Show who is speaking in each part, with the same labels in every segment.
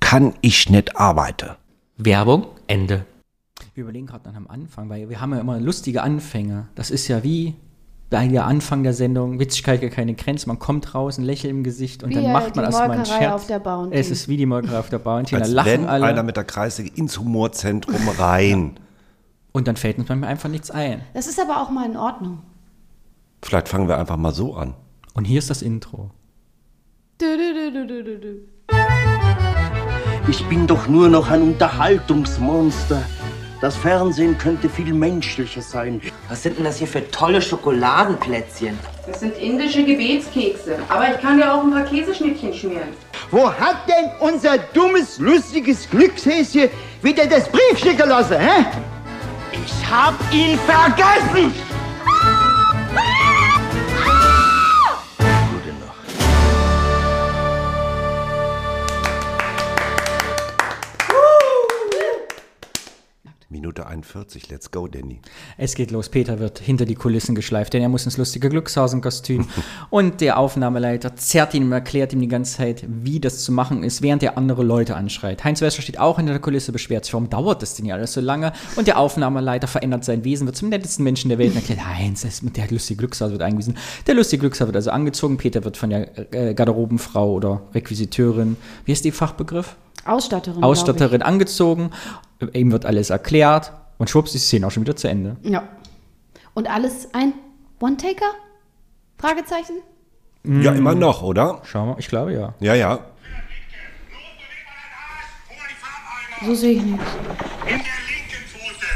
Speaker 1: kann ich nicht arbeiten.
Speaker 2: Werbung, Ende.
Speaker 3: Wir überlegen gerade an am Anfang, weil wir haben ja immer lustige Anfänge. Das ist ja wie bei der Anfang der Sendung, Witzigkeit gar keine Grenze, man kommt raus, ein Lächeln im Gesicht und
Speaker 4: Wie,
Speaker 3: dann
Speaker 4: äh,
Speaker 3: macht man
Speaker 4: die
Speaker 3: erstmal einen
Speaker 4: Molkerei
Speaker 3: Scherz.
Speaker 4: auf der Bounty.
Speaker 3: Es ist wie die Molkerei auf der Bounty, da
Speaker 1: Als
Speaker 3: lachen
Speaker 1: wenn einer
Speaker 3: alle
Speaker 1: mit der Kreissäge ins Humorzentrum rein.
Speaker 3: und dann fällt uns manchmal einfach nichts ein.
Speaker 4: Das ist aber auch mal in Ordnung.
Speaker 1: Vielleicht fangen wir einfach mal so an.
Speaker 3: Und hier ist das Intro.
Speaker 4: Du, du, du, du, du, du, du.
Speaker 5: Ich bin doch nur noch ein Unterhaltungsmonster. Das Fernsehen könnte viel menschlicher sein.
Speaker 6: Was sind denn das hier für tolle Schokoladenplätzchen?
Speaker 7: Das sind indische Gebetskekse. Aber ich kann dir auch ein paar Käseschnittchen schmieren.
Speaker 8: Wo hat denn unser dummes, lustiges Glückshäschen wieder das Briefchen gelassen, hä?
Speaker 5: Ich hab ihn vergessen! Gute Nacht.
Speaker 1: Minute 41, let's go, Danny.
Speaker 3: Es geht los, Peter wird hinter die Kulissen geschleift, denn er muss ins lustige Glückshausenkostüm. und der Aufnahmeleiter zerrt ihn und erklärt ihm die ganze Zeit, wie das zu machen ist, während er andere Leute anschreit. Heinz Wäscher steht auch hinter der Kulisse, beschwert sich, warum dauert das denn hier alles so lange? Und der Aufnahmeleiter verändert sein Wesen, wird zum nettesten Menschen der Welt und erklärt, Heinz, das mit der lustige Glückshase wird eingewiesen. Der lustige Glückshase wird also angezogen, Peter wird von der äh, Garderobenfrau oder Requisiteurin, wie ist der Fachbegriff?
Speaker 4: Ausstatterin. glaub
Speaker 3: Ausstatterin angezogen, ihm wird alles erklärt und schwupps, die Szene auch schon wieder zu Ende.
Speaker 4: Ich. Ja. Und alles ein One-Taker? Fragezeichen?
Speaker 3: Mm.
Speaker 1: Ja, immer noch, oder?
Speaker 3: Schauen wir, ich glaube ja.
Speaker 1: Ja, ja.
Speaker 4: So sehe ich nichts.
Speaker 9: In der linken Pfote.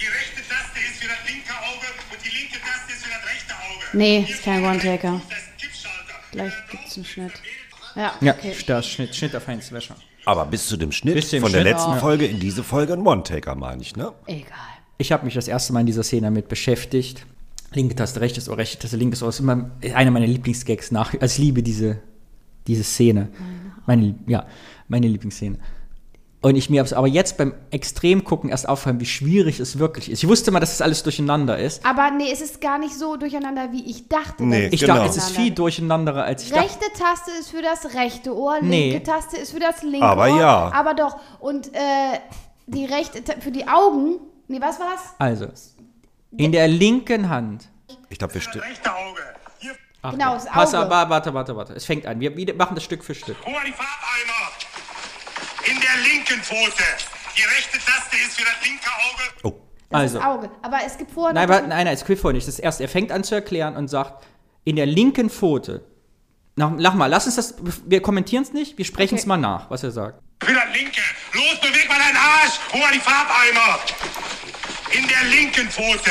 Speaker 9: Die rechte Taste ist für das linke Auge und die linke Taste ist für das rechte Auge.
Speaker 4: Nee, ist kein One-Taker.
Speaker 9: Das ist ein Kippschalter.
Speaker 4: Gleich gibt's einen Schnitt. Ja,
Speaker 3: Ja,
Speaker 4: okay.
Speaker 3: da Schnitt, Schnitt auf Heinz Wäscher.
Speaker 1: Aber bis zu dem Schnitt
Speaker 3: Bis zum
Speaker 1: von der
Speaker 3: Schnitt,
Speaker 1: letzten
Speaker 3: ja.
Speaker 1: Folge in diese Folge ein One-Taker, meine ich, ne?
Speaker 4: Egal.
Speaker 3: Ich habe mich das erste Mal in dieser Szene damit beschäftigt. Linke Taste, rechtes Ohr, rechte Taste, linkes Ohr. Das ist immer einer meiner Lieblingsgags nach. Also ich liebe diese, diese Szene. Meine, Lieb- ja, meine Lieblingsszene. Und ich mir hab's aber jetzt beim Extremgucken erst auffallen, wie schwierig es wirklich ist. Ich wusste mal, dass das alles durcheinander ist.
Speaker 4: Aber nee, es ist gar nicht so durcheinander, wie ich dachte.
Speaker 1: Nee,
Speaker 4: dass
Speaker 3: Ich
Speaker 1: Genau.
Speaker 3: dachte, es ist viel durcheinanderer, als ich dachte.
Speaker 4: Rechte Taste ist für das rechte Ohr, linke
Speaker 3: Nee.
Speaker 4: Taste ist für das linke
Speaker 1: Aber
Speaker 4: Ohr.
Speaker 1: ja.
Speaker 4: Aber doch. Und äh, die rechte Ta- für die Augen. Nee, was war das?
Speaker 3: Also, in der linken Hand
Speaker 1: Ich glaube, wir stimmen.
Speaker 9: Das rechte Auge. Hier,
Speaker 4: genau, das Auge.
Speaker 3: Pass auf, wa- warte, warte, warte. Es fängt an. Wir wir machen das Stück für Stück.
Speaker 9: hol mal die Farbeimer. In der linken Pfote. Die rechte Taste ist für das linke Auge.
Speaker 1: Oh,
Speaker 3: Also,
Speaker 4: Das Auge. Aber es gibt vorher
Speaker 3: nein,
Speaker 4: noch-
Speaker 3: wa- nein, nein, es quitt vorher nicht. Das erste, er fängt an zu erklären und sagt, in der linken Pfote. Na, lach mal, lass uns das, wir kommentieren es nicht, wir sprechen es
Speaker 4: Okay.
Speaker 3: mal nach, was er sagt.
Speaker 9: Für das linke. Los, beweg mal deinen Arsch. Hol mal die Farbeimer. In der linken Pfote.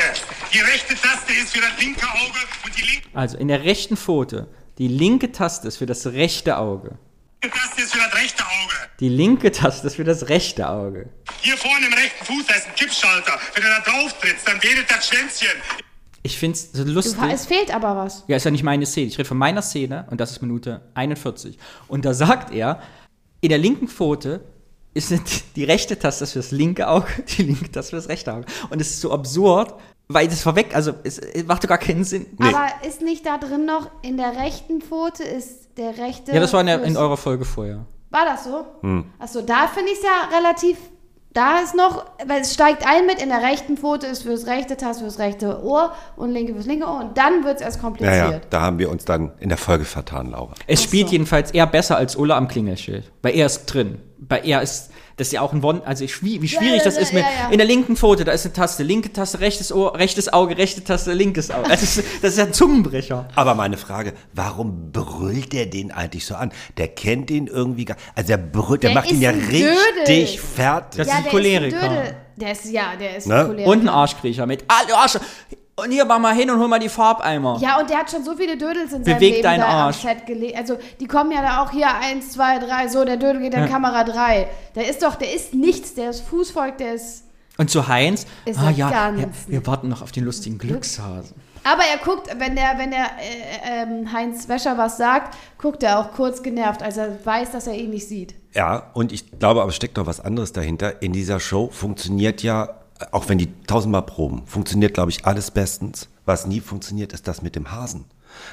Speaker 9: Die rechte Taste ist für das linke Auge und die linke
Speaker 3: Also, in der rechten Pfote, die linke Taste ist für das rechte Auge.
Speaker 9: Taste ist für das rechte Auge.
Speaker 3: Die linke Taste ist für das rechte Auge.
Speaker 9: Hier vorne im rechten Fuß, da ist ein Kippschalter. Wenn du da drauf trittst, dann wedelt das Schwänzchen.
Speaker 3: Ich find's so
Speaker 4: Du-
Speaker 3: lustig.
Speaker 4: Es fehlt aber was.
Speaker 3: Ja, ist ja nicht meine Szene. Ich rede von meiner Szene und das ist Minute 41. Und da sagt er, in der linken Pfote ist die rechte Taste für das linke Auge, die linke Taste für das rechte Auge. Und es ist so absurd, weil das vorweg, also es, es macht doch gar keinen Sinn.
Speaker 4: Aber ist nicht da drin noch in der rechten Pfote ist der rechte.
Speaker 3: Ja, das hm. war in, der,
Speaker 4: Fuß.
Speaker 3: in eurer Folge vorher.
Speaker 4: War das so? Achso, da finde ich es ja relativ. Da ist noch, weil es steigt ein mit, in der rechten Pfote ist fürs rechte Taste fürs rechte Ohr und linke fürs linke Ohr und dann wird es erst
Speaker 1: ja,
Speaker 4: kompliziert.
Speaker 1: ja, da haben wir uns dann in der Folge vertan, Laura.
Speaker 3: Es spielt jedenfalls eher besser als Ulla am Klingelschild. Bei er ist drin. Bei er ist, das ist ja auch ein Won, also ich, wie, wie schwierig
Speaker 4: ja,
Speaker 3: das
Speaker 4: ja,
Speaker 3: ist mit,
Speaker 4: ja, ja.
Speaker 3: in der linken Pfote, da ist eine Taste, linke Taste, rechtes Ohr, rechtes Auge, rechte Taste, linkes Auge. Das ist, das ist ja ein Zungenbrecher.
Speaker 1: Aber meine Frage, warum brüllt der den eigentlich so an? Der kennt ihn irgendwie gar Also der brüllt, der,
Speaker 4: Der
Speaker 1: macht ihn
Speaker 4: ist
Speaker 1: ja
Speaker 4: ein
Speaker 1: richtig
Speaker 4: Dödel.
Speaker 1: fertig.
Speaker 3: Das ist ein
Speaker 4: der
Speaker 3: Choleriker.
Speaker 4: Ist ein Dödel. der ist, ja, der ist
Speaker 1: Ne?
Speaker 4: ein Choleriker.
Speaker 3: Und ein Arschkriecher mit Al- Arsch. Und hier, mach mal hin und hol mal die Farbeimer.
Speaker 4: Ja, und der hat schon so viele Dödels in seinem
Speaker 3: Beweg
Speaker 4: Leben
Speaker 3: deinen
Speaker 4: da am
Speaker 3: Arsch.
Speaker 4: Set gelegt. Also, die kommen ja da auch hier, eins, zwei, drei, so, der Dödel geht in Kamera drei. Der ist doch, der ist nichts, der ist Fußvolk, der ist...
Speaker 3: Und zu Heinz,
Speaker 4: Ist
Speaker 3: ah
Speaker 4: das
Speaker 3: ja,
Speaker 4: ganz
Speaker 3: ja, wir warten noch auf den lustigen Glückshasen.
Speaker 4: Aber er guckt, wenn der, wenn der äh, ähm, Heinz Wäscher was sagt, guckt er auch kurz genervt, als er weiß, dass er ihn nicht sieht.
Speaker 1: Ja, und ich glaube, aber es steckt noch was anderes dahinter. In dieser Show funktioniert ja, auch wenn die tausendmal proben, funktioniert, glaube ich, alles bestens. Was nie funktioniert, ist das mit dem Hasen.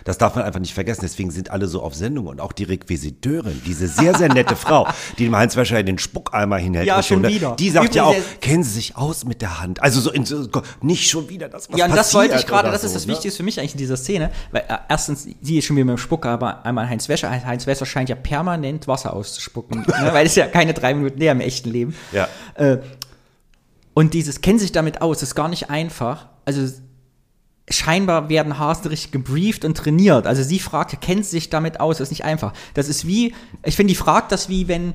Speaker 1: Das darf man einfach nicht vergessen. Deswegen sind alle so auf Sendung und auch die Requisiteurin, diese sehr, sehr nette Frau, die dem Heinz Wäscher den Spuckeimer hinhält.
Speaker 3: Ja,
Speaker 1: und so,
Speaker 3: schon
Speaker 1: ne?
Speaker 3: wieder.
Speaker 1: Die sagt ja auch,
Speaker 3: Übrigens,
Speaker 1: kennen Sie sich aus mit der Hand. Also so, in, so nicht schon wieder das, was
Speaker 3: Ja, und das
Speaker 1: passiert
Speaker 3: wollte ich gerade,
Speaker 1: oder
Speaker 3: das ist das
Speaker 1: so, ne?
Speaker 3: Wichtigste für mich eigentlich in dieser Szene, weil äh, erstens, sie ist schon wieder mit dem Spucker, aber einmal Heinz Wäscher, Heinz Wäscher scheint ja permanent Wasser auszuspucken, ne, weil es ja keine drei Minuten näher im echten Leben.
Speaker 1: Ja.
Speaker 3: Äh, und dieses kennen sich damit aus, ist gar nicht einfach. Also scheinbar werden Hasen richtig gebrieft und trainiert. Also sie fragt, kennt sich damit aus, ist nicht einfach. Das ist wie, ich finde, die fragt das wie, wenn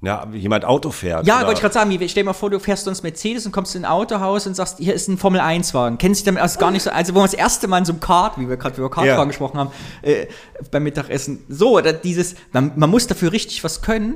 Speaker 1: Ja, jemand Auto fährt.
Speaker 3: ja,
Speaker 1: oder-
Speaker 3: wollte ich gerade sagen, wie- stell dir mal vor, du fährst uns Mercedes und kommst in ein Autohaus und sagst, hier ist ein Formel-1-Wagen. Kennst dich damit aus gar nicht so. Also, wo wir das erste Mal in so einem Kart, wie wir gerade über Kartfahren
Speaker 1: Ja.
Speaker 3: gesprochen haben, äh, beim Mittagessen. So, oder dieses, man, man muss dafür richtig was können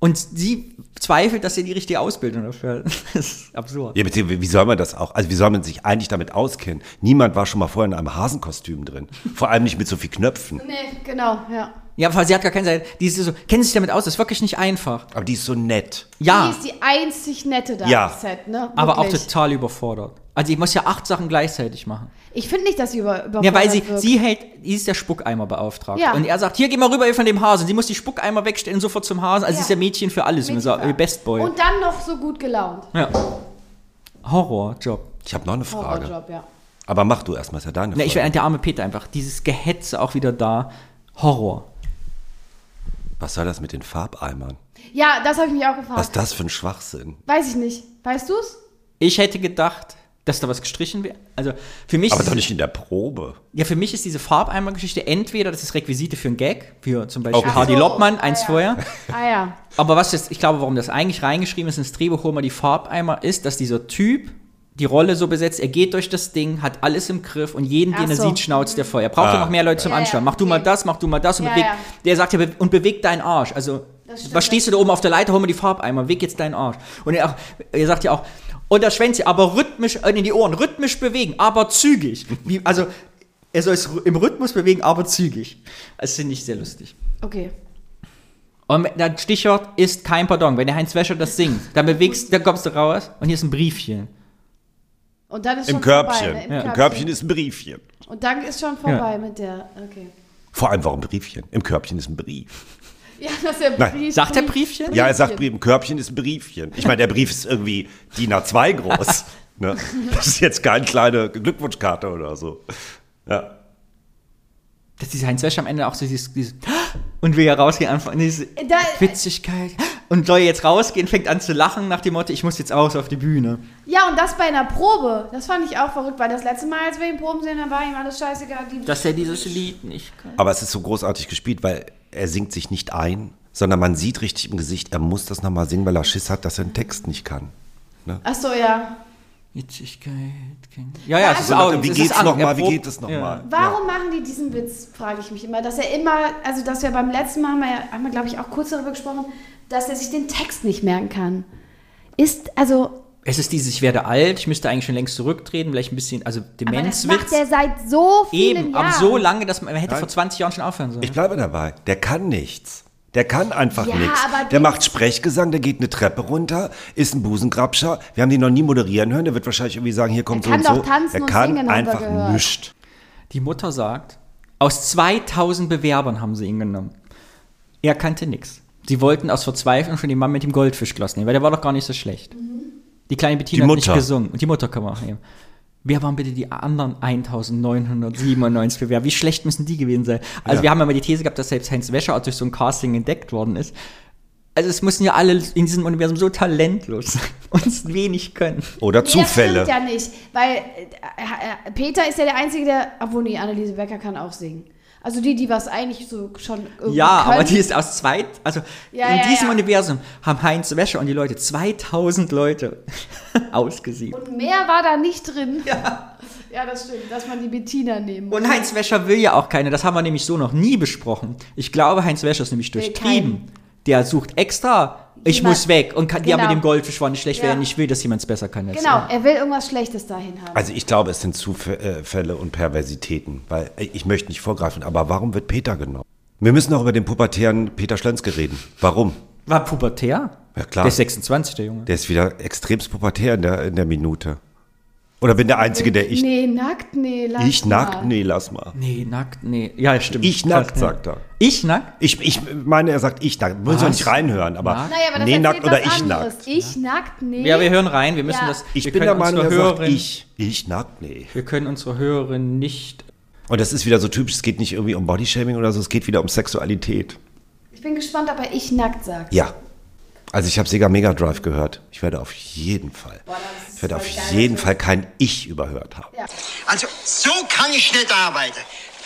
Speaker 3: und sie zweifelt, dass ihr die richtige Ausbildung dafür hat. Das ist absurd.
Speaker 1: Ja, bitte, wie wie soll man das auch? Also, wie soll man sich eigentlich damit auskennen? Niemand war schon mal vorher in einem Hasenkostüm drin. Vor allem nicht mit so viel Knöpfen.
Speaker 4: Nee, genau, ja.
Speaker 3: Ja, aber sie hat gar keinen, die ist so, kennen sich damit aus, das ist wirklich nicht einfach.
Speaker 1: Aber die ist so nett.
Speaker 4: Die
Speaker 3: Ja,
Speaker 4: ist die einzig nette da
Speaker 1: Ja.
Speaker 4: im Set, ne?
Speaker 3: aber auch
Speaker 4: Wirklich.
Speaker 3: total überfordert. Also, ich muss ja acht Sachen gleichzeitig machen.
Speaker 4: Ich finde nicht, dass sie über, überfordert
Speaker 3: Ja, weil sie,
Speaker 4: wirkt.
Speaker 3: sie hält, sie ist der Spuckeimer beauftragt.
Speaker 4: Ja.
Speaker 3: Und er sagt, hier, geh mal rüber hier von dem Hasen. Sie muss die Spuckeimer wegstellen, sofort zum Hasen. Also
Speaker 4: Ja.
Speaker 3: sie ist ja Mädchen für alles, Mädchen so, Best Boy.
Speaker 4: Und dann noch so gut gelaunt.
Speaker 3: ja. Horrorjob.
Speaker 1: Ich habe noch eine Frage.
Speaker 4: Horrorjob, ja.
Speaker 1: Aber mach du erstmal, ist ja deine
Speaker 3: Na, ich wäre
Speaker 1: Frage.
Speaker 3: der arme Peter einfach. Dieses Gehetze auch wieder da. Horror.
Speaker 1: Was soll das mit den Farbeimern?
Speaker 4: Ja, das habe ich mich auch gefragt.
Speaker 1: Was ist das für ein Schwachsinn?
Speaker 4: Weiß ich nicht. Weißt du's?
Speaker 3: Ich hätte gedacht, dass da was gestrichen wäre. Also für mich
Speaker 1: Aber
Speaker 3: ist
Speaker 1: doch nicht in der Probe.
Speaker 3: Ja, für mich ist diese Farbeimer-Geschichte entweder das ist Requisite für einen Gag, für zum Beispiel
Speaker 1: Okay.
Speaker 3: Hardy
Speaker 4: Ach so.
Speaker 3: Loppmann, eins
Speaker 4: Ja, ja.
Speaker 3: vorher.
Speaker 4: Ah ja.
Speaker 3: Aber was jetzt, ich glaube, warum das eigentlich reingeschrieben ist ins Drehbuch, wo man die Farbeimer ist, dass dieser Typ die Rolle so besetzt, er geht durch das Ding, hat alles im Griff und jeden,
Speaker 4: Ach
Speaker 3: den er
Speaker 4: so.
Speaker 3: sieht, schnauzt er voll. Er braucht
Speaker 1: Ah,
Speaker 3: ja noch mehr Leute zum
Speaker 4: Ja, ja,
Speaker 3: Anschauen. Mach du
Speaker 4: okay.
Speaker 3: mal das, mach du mal das und
Speaker 4: Ja,
Speaker 3: beweg.
Speaker 4: ja.
Speaker 3: Der sagt ja, be- und beweg deinen Arsch. Also,
Speaker 4: Das stimmt,
Speaker 3: was stehst du da oben auf der Leiter, hol mir die Farbeimer, weg jetzt deinen Arsch. Und er, auch, er sagt ja auch, und das Schwänzchen, aber rhythmisch, äh, in die Ohren, rhythmisch bewegen, aber zügig. Wie, also, er soll es im Rhythmus bewegen, aber zügig. Das finde ich sehr lustig.
Speaker 4: Okay.
Speaker 3: Und dann Stichwort ist kein Pardon. Wenn der Heinz Wäscher das singt, dann bewegst, dann kommst du raus und hier ist ein Briefchen.
Speaker 4: Und dann ist
Speaker 1: Im
Speaker 4: schon
Speaker 1: Körbchen.
Speaker 4: vorbei. Ne?
Speaker 1: Im Körbchen ist ein Briefchen.
Speaker 4: Und dann ist schon vorbei mit der. Okay.
Speaker 1: Vor allem, warum Briefchen? Im Körbchen ist ein Brief.
Speaker 4: Ja, das ist der
Speaker 1: Nein.
Speaker 4: Brief.
Speaker 3: Sagt der Briefchen?
Speaker 1: Ja, er sagt, Brief, im Körbchen ist ein Briefchen. Ich meine, der Brief ist irgendwie DIN A2 groß. ne? Das ist jetzt keine kleine Glückwunschkarte oder so. Ja.
Speaker 3: Dass dieser Heinz Wäscher am Ende auch so dieses, dieses und will ja rausgehen, anfangen, diese
Speaker 4: Da-
Speaker 3: Witzigkeit. Und soll jetzt rausgehen, fängt an zu lachen nach dem Motto, ich muss jetzt raus auf die Bühne.
Speaker 4: Ja, und das bei einer Probe. Das fand ich auch verrückt, weil das letzte Mal, als wir ihn proben sehen, dann war ihm alles scheißegal. Die
Speaker 3: Dass er dieses Lied nicht kann.
Speaker 1: Aber es ist so großartig gespielt, weil er singt sich nicht ein, sondern man sieht richtig im Gesicht, er muss das nochmal singen, weil er Schiss hat, dass er den Text nicht kann.
Speaker 4: Ach so, ja.
Speaker 3: Witzigkeit. kein- Ja, ja, es ist
Speaker 4: also,
Speaker 3: auch,
Speaker 1: wie
Speaker 3: es
Speaker 1: geht's
Speaker 3: ist an-
Speaker 1: nochmal? Wie
Speaker 3: erprobt.
Speaker 1: geht es nochmal?
Speaker 4: Warum machen die diesen Witz, frage ich mich immer. Dass er immer, also dass wir beim letzten Mal, haben wir, ja- haben wir glaube ich auch kurz darüber gesprochen, dass er sich den Text nicht merken kann. Ist, also,
Speaker 3: Es ist dieses, ich werde alt, ich müsste eigentlich schon längst zurücktreten, vielleicht ein bisschen, also
Speaker 4: aber das
Speaker 3: Demenzwitz.
Speaker 4: macht er seit so vielen
Speaker 3: Eben,
Speaker 4: Jahren.
Speaker 3: aber so lange, dass man, man hätte
Speaker 1: Nein.
Speaker 3: vor 20 Jahren schon aufhören sollen.
Speaker 1: Ich bleibe dabei. Der kann nichts. Der kann einfach
Speaker 4: Ja,
Speaker 1: nichts.
Speaker 4: aber
Speaker 1: Der
Speaker 4: die-
Speaker 1: macht Sprechgesang, der geht eine Treppe runter, ist ein Busengrabscher. Wir haben den noch nie moderieren hören. Der wird wahrscheinlich irgendwie sagen, hier kommt so
Speaker 4: Der kann
Speaker 1: und so.
Speaker 4: doch tanzen
Speaker 1: der
Speaker 4: und
Speaker 1: kann
Speaker 4: singen, haben wir
Speaker 1: einfach
Speaker 4: gehört.
Speaker 1: nichts.
Speaker 3: Die Mutter sagt, aus 2000 Bewerbern haben sie ihn genommen. Er kannte nichts. Sie wollten aus Verzweiflung schon den Mann mit dem Goldfischglas nehmen, weil der war doch gar nicht so schlecht. Die kleine Bettina
Speaker 1: Die
Speaker 3: hat nicht
Speaker 1: Mutter.
Speaker 3: gesungen. Und die Mutter kann man auch nehmen. Wer waren bitte die anderen 1997 Bewerber? Wie schlecht müssen die gewesen sein? Also
Speaker 1: Ja.
Speaker 3: wir haben ja mal die These gehabt, dass selbst Heinz Wäscher auch durch so ein Casting entdeckt worden ist. Also es müssen ja alle in diesem Universum so talentlos sein und wenig können.
Speaker 1: Oder
Speaker 4: Nee,
Speaker 1: Zufälle.
Speaker 4: Das stimmt ja nicht, weil äh, äh, Peter ist ja der Einzige, der, obwohl nee, Anneliese Becker kann auch singen. Also die, die was eigentlich so schon irgendwie
Speaker 3: Ja,
Speaker 4: können.
Speaker 3: aber die ist aus zwei, also
Speaker 4: Ja,
Speaker 3: in
Speaker 4: ja,
Speaker 3: diesem
Speaker 4: ja.
Speaker 3: Universum haben Heinz Wäscher und die Leute 2000 Leute ausgesiebt.
Speaker 4: Mehr war da nicht drin. Ja, das stimmt, dass man die Bettina nehmen muss.
Speaker 3: Und Heinz Wäscher will ja auch keine. Das haben wir nämlich so noch nie besprochen. Ich glaube, Heinz Wäscher ist nämlich durchtrieben. Der sucht extra, ich
Speaker 4: Jemand-
Speaker 3: muss weg. Und kann, ja,
Speaker 4: Genau.
Speaker 3: mit dem Goldfisch war nicht schlecht
Speaker 4: Ja.
Speaker 3: werden. Ich will, dass jemand es besser kann als
Speaker 4: Genau,
Speaker 3: er.
Speaker 4: er will irgendwas Schlechtes dahin haben.
Speaker 1: Also ich glaube, es sind Zufälle äh, und Perversitäten, weil äh, ich möchte nicht vorgreifen, aber warum wird Peter genommen? Wir müssen auch über den pubertären Peter Schlönzke reden. Warum?
Speaker 3: War pubertär?
Speaker 1: Ja, klar.
Speaker 3: Der ist 26, der Junge.
Speaker 1: Der ist wieder extremst pubertär in der, in der Minute. Oder bin der Einzige, der ich...
Speaker 4: nee, nackt, nee, lass
Speaker 1: ich
Speaker 4: mal.
Speaker 1: nackt? Nee, lass mal.
Speaker 3: Nee, nackt, nee. Ja, stimmt.
Speaker 1: Ich
Speaker 3: Krass,
Speaker 1: nackt,
Speaker 3: nee.
Speaker 1: sagt er.
Speaker 3: Ich nackt?
Speaker 1: Ich, ich meine, er sagt ich nackt. Muss man nicht reinhören, aber,
Speaker 4: Naja, aber das
Speaker 1: nee
Speaker 4: erzählt
Speaker 1: nackt
Speaker 4: was
Speaker 1: oder ich
Speaker 4: anderes.
Speaker 1: nackt.
Speaker 4: Ich nackt, nee.
Speaker 3: Ja, wir hören rein. Wir müssen
Speaker 4: Ja.
Speaker 3: das.
Speaker 1: Ich
Speaker 3: wir
Speaker 1: bin der
Speaker 3: können
Speaker 1: Meinung,
Speaker 3: unsere
Speaker 1: er sagt
Speaker 3: Hörerin-
Speaker 1: ich. Ich nackt? Nee.
Speaker 3: Wir können unsere Hörerin nicht.
Speaker 1: Und das ist wieder so typisch, es geht nicht irgendwie um Bodyshaming oder so, es geht wieder um Sexualität.
Speaker 4: Ich bin gespannt, ob er ich nackt sagt.
Speaker 1: Ja. Also ich habe Sega Mega Drive gehört. Ich werde auf jeden Fall, ich werde auf jeden Fall kein Ich überhört haben.
Speaker 9: Also, so kann ich nicht arbeiten.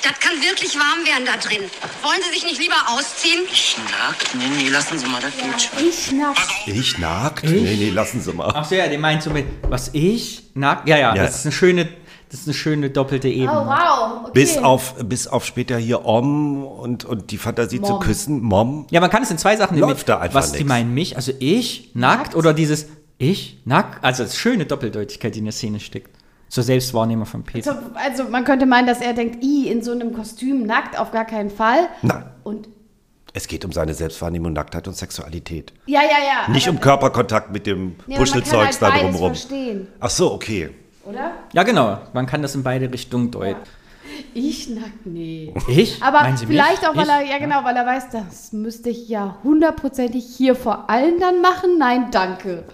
Speaker 10: Das kann wirklich warm werden da drin. Wollen Sie sich nicht lieber ausziehen?
Speaker 6: Ich nackt? Nee, nee, lassen Sie mal, das geht schon.
Speaker 4: Ich nackt.
Speaker 1: Ich nackt? Nee, nee, lassen Sie mal.
Speaker 3: Ach so, ja, den meinst du mit. Was ich? Nackt? Ja, ja,
Speaker 1: Ja.
Speaker 3: das ist eine schöne, das ist eine schöne doppelte Ebene.
Speaker 4: Oh, wow. Okay.
Speaker 1: Bis auf, bis auf später hier Om und, und die Fantasie zu
Speaker 4: Mom.
Speaker 1: küssen, Mom.
Speaker 3: Ja, man kann es in zwei Sachen
Speaker 1: Läuft da einfach
Speaker 3: Was die
Speaker 1: nix.
Speaker 3: meinen, mich, also ich, nackt,
Speaker 4: Nackt?
Speaker 3: oder dieses ich, nackt. Also das schöne Doppeldeutigkeit, die in der Szene steckt. Zur Selbstwahrnehmung von Peter.
Speaker 4: So, also man könnte meinen, dass er denkt, i in so einem Kostüm nackt auf gar keinen Fall.
Speaker 1: Nein,
Speaker 4: Und
Speaker 1: es geht um seine Selbstwahrnehmung, Nacktheit und Sexualität.
Speaker 4: ja, ja, ja.
Speaker 1: Nicht
Speaker 4: aber-
Speaker 1: um Körperkontakt mit dem
Speaker 4: Nee, aber man kann
Speaker 1: Puschelzeugs da
Speaker 4: halt beides
Speaker 1: drumrum.
Speaker 4: verstehen,
Speaker 1: Ach so, okay.
Speaker 4: oder?
Speaker 3: Ja, genau. Man kann das in beide Richtungen deuten.
Speaker 4: Ich nackt, nee.
Speaker 3: Ich?
Speaker 4: Aber
Speaker 3: Meinen Sie mich?
Speaker 4: vielleicht auch, weil
Speaker 3: Ich?
Speaker 4: er, ja genau, weil er weiß, das müsste ich ja hundertprozentig hier vor allen dann machen. Nein, danke.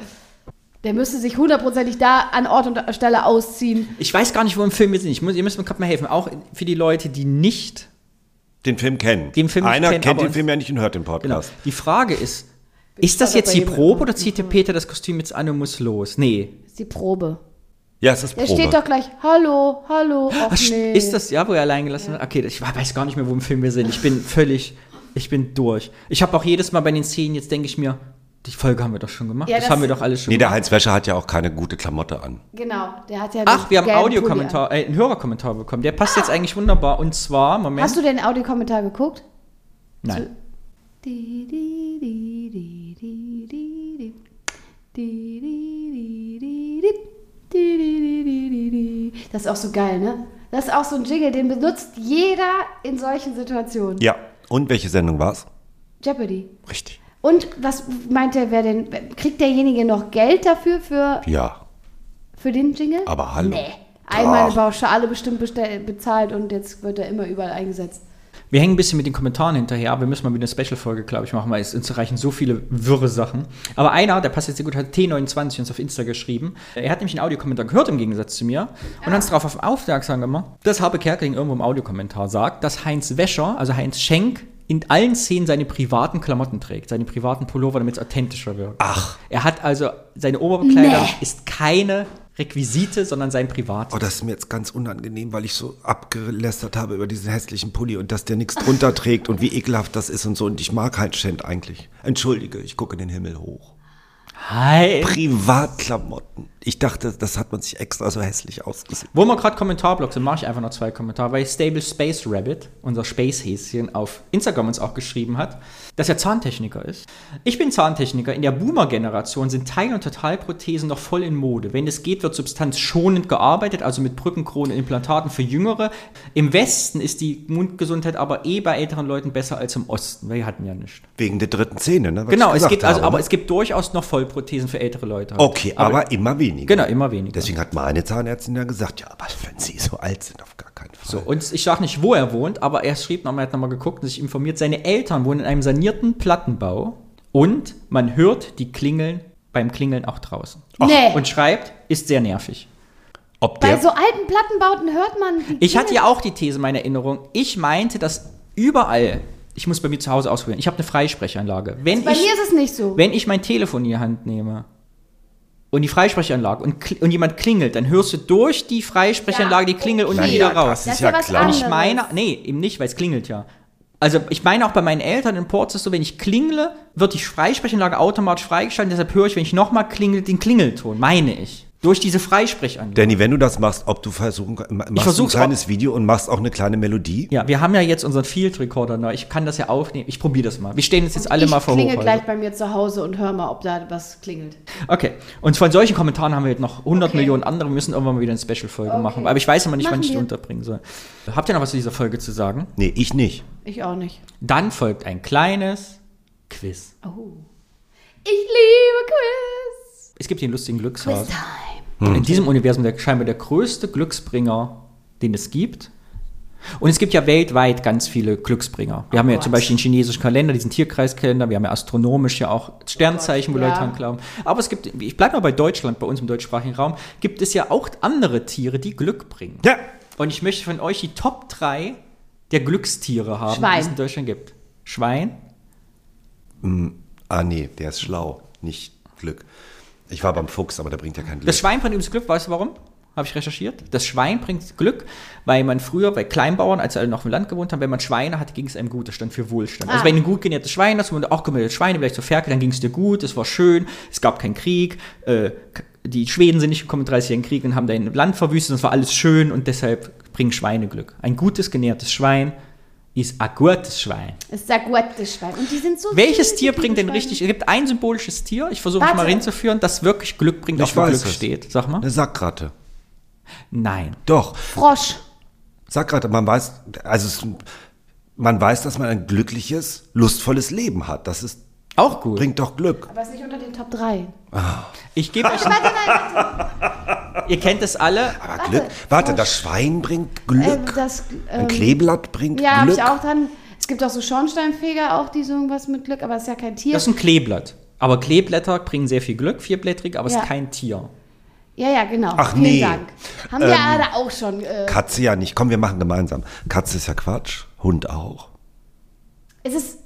Speaker 4: Der müsste sich hundertprozentig da an Ort und Stelle ausziehen.
Speaker 3: Ich weiß gar nicht, wo im Film wir sind. Ich muss, ihr müsst mir gerade mal helfen. Auch für die Leute, die nicht.
Speaker 1: Den Film kennen.
Speaker 3: Den Film nicht
Speaker 1: Einer
Speaker 3: kennen,
Speaker 1: kennt
Speaker 3: aber
Speaker 1: den Film ja nicht und hört den
Speaker 3: Genau.
Speaker 1: Podcast.
Speaker 3: Die Frage ist, ist das
Speaker 4: war
Speaker 3: jetzt
Speaker 4: bei
Speaker 3: die
Speaker 4: jemandem. Mhm.
Speaker 3: Probe oder zieht der Peter das Kostüm jetzt an und muss los? Nee.
Speaker 4: Das ist die Probe.
Speaker 1: Ja, es ist
Speaker 4: Der
Speaker 1: Probe.
Speaker 4: steht doch gleich, hallo, hallo, ach
Speaker 3: Ach,
Speaker 4: nee.
Speaker 3: Ist das ja, wo er allein gelassen wird? Okay, ich weiß gar nicht mehr, wo im Film wir sind. Ich bin völlig, ich bin durch. Ich habe auch jedes Mal bei den Szenen, jetzt denke ich mir, die Folge haben wir doch schon gemacht.
Speaker 4: Ja,
Speaker 3: das,
Speaker 4: das-
Speaker 3: haben wir doch alles schon
Speaker 1: Nee, der
Speaker 3: gemacht.
Speaker 1: Heinz Wäscher hat ja auch keine gute Klamotte an.
Speaker 4: Genau, der hat ja
Speaker 3: Ach,
Speaker 4: den
Speaker 3: wir haben einen
Speaker 4: gelben
Speaker 3: Audiokommentar, äh, einen Hörerkommentar bekommen. Der passt jetzt eigentlich wunderbar. Und
Speaker 4: Pulli
Speaker 3: zwar,
Speaker 4: an.
Speaker 3: Moment.
Speaker 4: Hast du den Audiokommentar geguckt?
Speaker 3: Nein.
Speaker 4: Di, di, di, di, di, di, di. Di, di, di, di, di. Di, di, di, di, di, di. Das ist auch so geil, ne? Das ist auch so ein Jingle, den benutzt jeder in solchen Situationen.
Speaker 1: Ja. Und welche Sendung war's?
Speaker 4: Jeopardy.
Speaker 1: Richtig.
Speaker 4: Und was meint der, wer denn, kriegt derjenige noch Geld dafür, für,
Speaker 1: Ja.
Speaker 4: für den Jingle?
Speaker 1: Aber hallo.
Speaker 4: Nee. Einmal eine
Speaker 1: Doch.
Speaker 4: Pauschale bestimmt bestell, bezahlt und jetzt wird er immer überall eingesetzt.
Speaker 3: Wir hängen ein bisschen mit den Kommentaren hinterher, aber wir müssen mal wieder eine Special-Folge, glaube ich, machen, weil es uns erreichen so viele wirre Sachen. Aber einer, der passt jetzt sehr gut, hat T29 uns auf Insta geschrieben. Er hat nämlich einen Audiokommentar gehört im Gegensatz zu mir und hat uns darauf aufmerksam gemacht, dass Habe Kerkeling irgendwo im Audiokommentar sagt, dass Heinz Wäscher, also Heinz Schenk, in allen Szenen seine privaten Klamotten trägt, seine privaten Pullover, damit es authentischer wirkt. Ach. Er hat also, seine Oberbekleidung
Speaker 4: Nee.
Speaker 3: ist keine Requisite, sondern sein Privat.
Speaker 1: Oh, das ist mir jetzt ganz unangenehm, weil ich so abgelästert habe über diesen hässlichen Pulli und dass der nichts drunter trägt und wie ekelhaft das ist und so. Und ich mag Heinz Schend eigentlich. Entschuldige, ich gucke in den Himmel hoch.
Speaker 3: Hi.
Speaker 1: Privatklamotten. Ich dachte, das hat man sich extra so hässlich ausgesucht.
Speaker 3: Wo wir gerade Kommentarblocks sind, mache ich einfach noch zwei Kommentare, weil Stable Space Rabbit, unser Space-Häschen, auf Instagram uns auch geschrieben hat, dass er Zahntechniker ist. Ich bin Zahntechniker. In der Boomer-Generation sind Teil- und Totalprothesen noch voll in Mode. Wenn es geht, wird substanzschonend gearbeitet, also mit Brückenkronen, Implantaten für Jüngere. Im Westen ist die Mundgesundheit aber eh bei älteren Leuten besser als im Osten, weil wir hatten ja nicht.
Speaker 1: Wegen der dritten Szene, ne? was
Speaker 3: Genau,
Speaker 1: ich
Speaker 3: es
Speaker 1: gesagt
Speaker 3: gibt also,
Speaker 1: habe,
Speaker 3: aber
Speaker 1: ne?
Speaker 3: es gibt durchaus noch Vollprothesen für ältere Leute. halt.
Speaker 1: Okay, aber, immer weniger.
Speaker 3: Genau, immer weniger.
Speaker 1: Deswegen hat meine Zahnärztin ja gesagt, ja, aber wenn Sie so alt sind, auf gar keinen Fall.
Speaker 3: So, und ich sage nicht, wo er wohnt, aber er schrieb nochmal, er hat nochmal geguckt und sich informiert, seine Eltern wohnen in einem sanierten Plattenbau und man hört die Klingeln beim Klingeln auch draußen.
Speaker 4: Nee.
Speaker 3: Und schreibt, ist sehr nervig.
Speaker 1: Ob
Speaker 4: Bei
Speaker 1: der,
Speaker 4: so alten Plattenbauten hört man die
Speaker 3: Ich hatte
Speaker 4: Klingel-
Speaker 3: ja auch die These, meine Erinnerung, ich meinte, dass überall, ich muss bei mir zu Hause ausprobieren, ich habe eine Freisprechanlage. Wenn
Speaker 4: Bei
Speaker 3: ich,
Speaker 4: mir ist es nicht so.
Speaker 3: wenn ich mein Telefon in die Hand nehme und die Freisprechanlage und, kl- und jemand klingelt, dann hörst du durch die Freisprechanlage die Klingel und
Speaker 4: okay.
Speaker 3: dann wieder
Speaker 4: Naja,
Speaker 1: das
Speaker 3: raus.
Speaker 4: das
Speaker 1: ist
Speaker 4: ist
Speaker 1: ja
Speaker 4: ja was
Speaker 1: klar.
Speaker 4: anderes.
Speaker 3: Ich meine, nee, eben nicht, weil es klingelt ja. Also ich meine auch bei meinen Eltern in Ports ist so, wenn ich klingle, wird die Freisprechanlage automatisch freigeschaltet, deshalb höre ich, wenn ich nochmal klingel, den Klingelton, meine ich. Durch diese Freisprechanlage.
Speaker 1: Danny, wenn du das machst, ob du versuchen kannst, machst du ein
Speaker 3: versuch's
Speaker 1: kleines Video und machst auch eine kleine Melodie.
Speaker 3: Ja, wir haben ja jetzt unseren Field Recorder neu. Ich kann das ja aufnehmen. Ich probiere das mal. Wir stehen uns jetzt alle
Speaker 4: ich
Speaker 3: mal vor
Speaker 4: klingel
Speaker 3: Hochhäusern.
Speaker 4: gleich bei mir zu Hause und hör mal, ob da was klingelt.
Speaker 3: Okay. Und von solchen Kommentaren haben wir jetzt noch 100
Speaker 4: Okay.
Speaker 3: Millionen andere. Wir müssen irgendwann mal wieder eine Special-Folge
Speaker 4: Okay.
Speaker 3: machen. Aber ich weiß immer nicht, wann
Speaker 4: Machen
Speaker 3: ich die
Speaker 4: wir.
Speaker 3: unterbringen soll. Habt ihr noch was zu dieser Folge zu sagen?
Speaker 1: Nee, ich nicht.
Speaker 4: Ich auch nicht.
Speaker 3: Dann folgt ein kleines Quiz.
Speaker 4: Oh. Ich liebe Quiz.
Speaker 3: Es gibt den lustigen
Speaker 4: Quiz
Speaker 3: Glückshasen.
Speaker 4: Time.
Speaker 3: In diesem Universum der, scheinbar der größte Glücksbringer, den es gibt. Und es gibt ja weltweit ganz viele Glücksbringer. Wir haben ja
Speaker 4: Gott.
Speaker 3: zum Beispiel den chinesischen Kalender, diesen Tierkreiskalender, wir haben ja astronomisch ja auch Sternzeichen, wo
Speaker 4: Oh Gott,
Speaker 3: Leute
Speaker 4: ja.
Speaker 3: dran glauben. Aber es gibt, ich bleibe mal bei Deutschland, bei uns im deutschsprachigen Raum, gibt es ja auch andere Tiere, die Glück bringen.
Speaker 1: Ja.
Speaker 3: Und ich möchte von euch die Top 3 der Glückstiere haben, die
Speaker 4: Schwein.
Speaker 3: es in Deutschland gibt. Schwein,
Speaker 1: Ah, nee, der ist schlau. Nicht Glück. Ich war beim Fuchs, aber der bringt ja kein Glück.
Speaker 3: Das Schwein bringt übrigens Glück, weißt du warum? Habe ich recherchiert. Das Schwein bringt Glück, weil man früher bei Kleinbauern, als alle noch im Land gewohnt haben, wenn man Schweine hatte, ging es einem gut. Das stand für Wohlstand. Also wenn du ein gut genährtes Schwein hast und auch gemeldete Schweine, vielleicht zur Ferkel, dann ging es dir gut, es war schön, es gab keinen Krieg, äh, k- die Schweden sind nicht gekommen im 30-jährigen Krieg und haben dein Land verwüstet und es war alles schön und deshalb bringen Schweine Glück. Ein gutes genährtes Schwein ist ein gutes Schwein.
Speaker 4: Es sagt gutes Schwein. Und die sind so
Speaker 3: Welches
Speaker 4: süß,
Speaker 3: Tier
Speaker 4: die
Speaker 3: bringt denn
Speaker 4: Schweine.
Speaker 3: richtig? Es gibt ein symbolisches Tier, ich versuche mich mal
Speaker 4: Warte.
Speaker 3: hinzuführen, das wirklich Glück bringt, auf dem Glück
Speaker 1: es.
Speaker 3: steht. Sag mal.
Speaker 1: Eine Sackratte.
Speaker 3: Nein.
Speaker 1: Doch,
Speaker 4: Frosch.
Speaker 1: Sackratte, man weiß, also es, man weiß, dass man ein glückliches, lustvolles Leben hat. Das ist,
Speaker 3: Auch gut.
Speaker 1: bringt doch Glück.
Speaker 4: Aber ist nicht unter den Top 3.
Speaker 3: Ich gebe euch. Ihr kennt es alle.
Speaker 1: Aber Glück. Warte, das Schwein bringt Glück.
Speaker 4: Ähm, das, ähm,
Speaker 1: ein Kleeblatt bringt
Speaker 4: Ja, habe
Speaker 1: Glück.
Speaker 4: ich auch dran. Es gibt auch so Schornsteinfeger, auch die so irgendwas mit Glück, aber es ist ja kein Tier.
Speaker 3: Das ist ein Kleeblatt. Aber Kleeblätter bringen sehr viel Glück, vierblättrig, aber es
Speaker 4: Ja.
Speaker 3: ist kein Tier.
Speaker 4: ja, ja, genau.
Speaker 1: Ach,
Speaker 4: Vielen
Speaker 1: nee.
Speaker 4: Dank. Haben
Speaker 3: Ähm.
Speaker 4: wir alle auch schon. Äh,
Speaker 1: Katze ja nicht. Komm, wir machen gemeinsam. Katze ist ja Quatsch. Hund auch.
Speaker 4: es ist.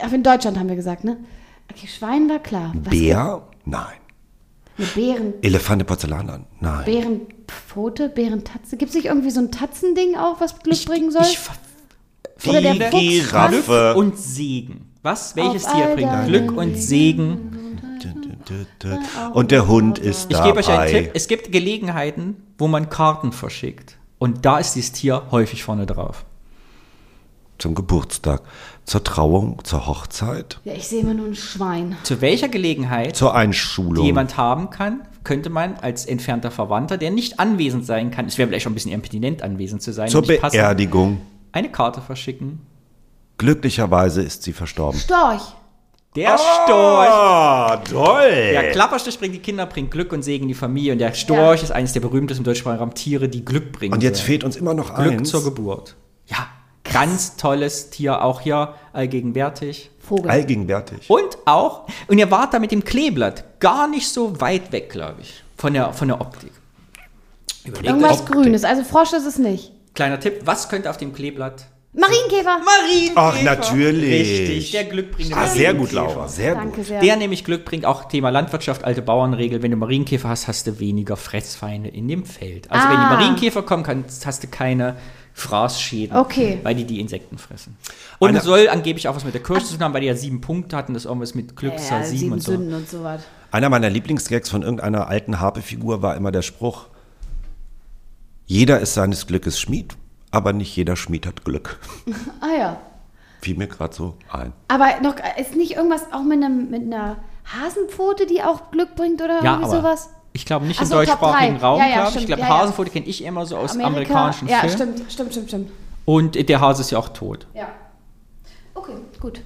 Speaker 4: Ach, in Deutschland haben wir gesagt, ne? Okay, Schwein war klar. Was
Speaker 1: Bär? Nein.
Speaker 4: Mit Bären.
Speaker 1: Elefant in Porzellan an? Nein.
Speaker 4: Bärenpfote, Bärentatze. Gibt es nicht irgendwie so ein Tatzending auch, was Glück bringen soll?
Speaker 3: Ich
Speaker 4: Oder der
Speaker 1: Die
Speaker 4: Fuchs.
Speaker 3: Glück
Speaker 1: Giraffe.
Speaker 3: und Segen. Was? Welches
Speaker 4: Auf
Speaker 3: Tier
Speaker 4: all
Speaker 3: bringt
Speaker 4: deinen
Speaker 3: Glück und Segen?
Speaker 1: Und der Hund ist
Speaker 3: Ich
Speaker 1: dabei.
Speaker 3: gebe euch einen Tipp. Es gibt Gelegenheiten, wo man Karten verschickt. Und da ist dieses Tier häufig vorne drauf.
Speaker 1: Zum Geburtstag, zur Trauung, zur Hochzeit,
Speaker 4: ja, ich sehe immer nur ein Schwein.
Speaker 3: Zu welcher Gelegenheit
Speaker 1: zur
Speaker 3: die
Speaker 1: Einschulung.
Speaker 3: jemand haben kann, könnte man als entfernter Verwandter, der nicht anwesend sein kann, es wäre vielleicht schon ein bisschen impertinent anwesend zu sein,
Speaker 1: zur
Speaker 3: nicht passend,
Speaker 1: Beerdigung.
Speaker 3: eine Karte verschicken.
Speaker 1: Glücklicherweise ist sie verstorben.
Speaker 4: Storch.
Speaker 3: Der Storch.
Speaker 1: Ah, toll.
Speaker 3: Der Klapperstich bringt die Kinder, bringt Glück und Segen in die Familie. Und der Storch ist eines der berühmtesten im deutschsprachigen Raum Tiere, die Glück bringen.
Speaker 1: Und jetzt
Speaker 3: sollen.
Speaker 1: fehlt uns immer noch
Speaker 3: Glück
Speaker 1: eins.
Speaker 3: zur Geburt. Ja, ganz tolles Tier, auch hier allgegenwärtig.
Speaker 4: Vogel.
Speaker 1: Allgegenwärtig.
Speaker 3: Und auch, und ihr wart da mit dem Kleeblatt gar nicht so weit weg, glaube ich, von der, von der Optik.
Speaker 4: Irgendwas Grünes. Also Frosch ist es nicht.
Speaker 3: Kleiner Tipp, was könnte auf dem Kleeblatt
Speaker 4: Marienkäfer.
Speaker 1: Ach, natürlich.
Speaker 3: Richtig, der glückbringende
Speaker 1: Oh, Ah, sehr gut,
Speaker 3: Marienkäfer.
Speaker 1: Laura. Sehr
Speaker 4: Danke
Speaker 1: gut.
Speaker 4: sehr.
Speaker 3: Der nämlich Glück bringt auch Thema Landwirtschaft, alte Bauernregel. Wenn du Marienkäfer hast, hast du weniger Fressfeinde in dem Feld. Also wenn die
Speaker 4: Ah.
Speaker 3: Marienkäfer kommen, kannst, hast du keine Fraßschäden,
Speaker 4: Okay.
Speaker 3: weil die die Insekten fressen. Und
Speaker 1: Eine-
Speaker 3: es soll angeblich auch was mit der Kirche zu tun haben, weil die ja sieben Punkte hatten, das irgendwas mit Glückszahl
Speaker 4: Ja,
Speaker 3: halt sieben
Speaker 4: sieben
Speaker 3: und so.
Speaker 4: Sünden und so was.
Speaker 1: Einer meiner Lieblingsgags von irgendeiner alten Harpe-Figur war immer der Spruch: Jeder ist seines Glückes Schmied, aber nicht jeder Schmied hat Glück.
Speaker 4: Ah ja.
Speaker 1: Fiel mir gerade so ein.
Speaker 4: Aber noch ist nicht irgendwas auch mit, einem, mit einer Hasenpfote, die auch Glück bringt oder
Speaker 3: Ja,
Speaker 4: irgendwie
Speaker 3: aber
Speaker 4: sowas?
Speaker 3: ich glaube nicht
Speaker 4: Ach
Speaker 3: im
Speaker 4: so,
Speaker 3: deutschsprachigen
Speaker 4: Top drei.
Speaker 3: Raum,
Speaker 4: Ja, ja,
Speaker 3: glaube ich. Ich
Speaker 4: stimmt,
Speaker 3: glaube,
Speaker 4: ja, ja.
Speaker 3: Hasenpfote kenne ich immer so aus amerikanischen
Speaker 4: ja,
Speaker 3: Filmen.
Speaker 4: stimmt, stimmt, stimmt, stimmt.
Speaker 3: Und der Hase ist ja auch tot.
Speaker 4: Ja. Okay, gut.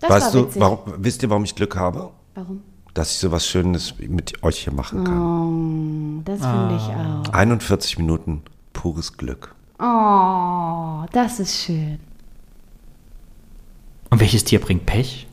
Speaker 4: Das war
Speaker 1: weißt du,
Speaker 4: witzig.
Speaker 1: warum, wisst ihr, warum ich Glück habe?
Speaker 4: Warum?
Speaker 1: Dass ich sowas Schönes mit euch hier machen kann.
Speaker 4: Das finde ich
Speaker 3: Ah.
Speaker 4: auch.
Speaker 1: 41 Minuten pures Glück.
Speaker 4: Oh, das ist schön.
Speaker 3: Und welches Tier bringt Pech?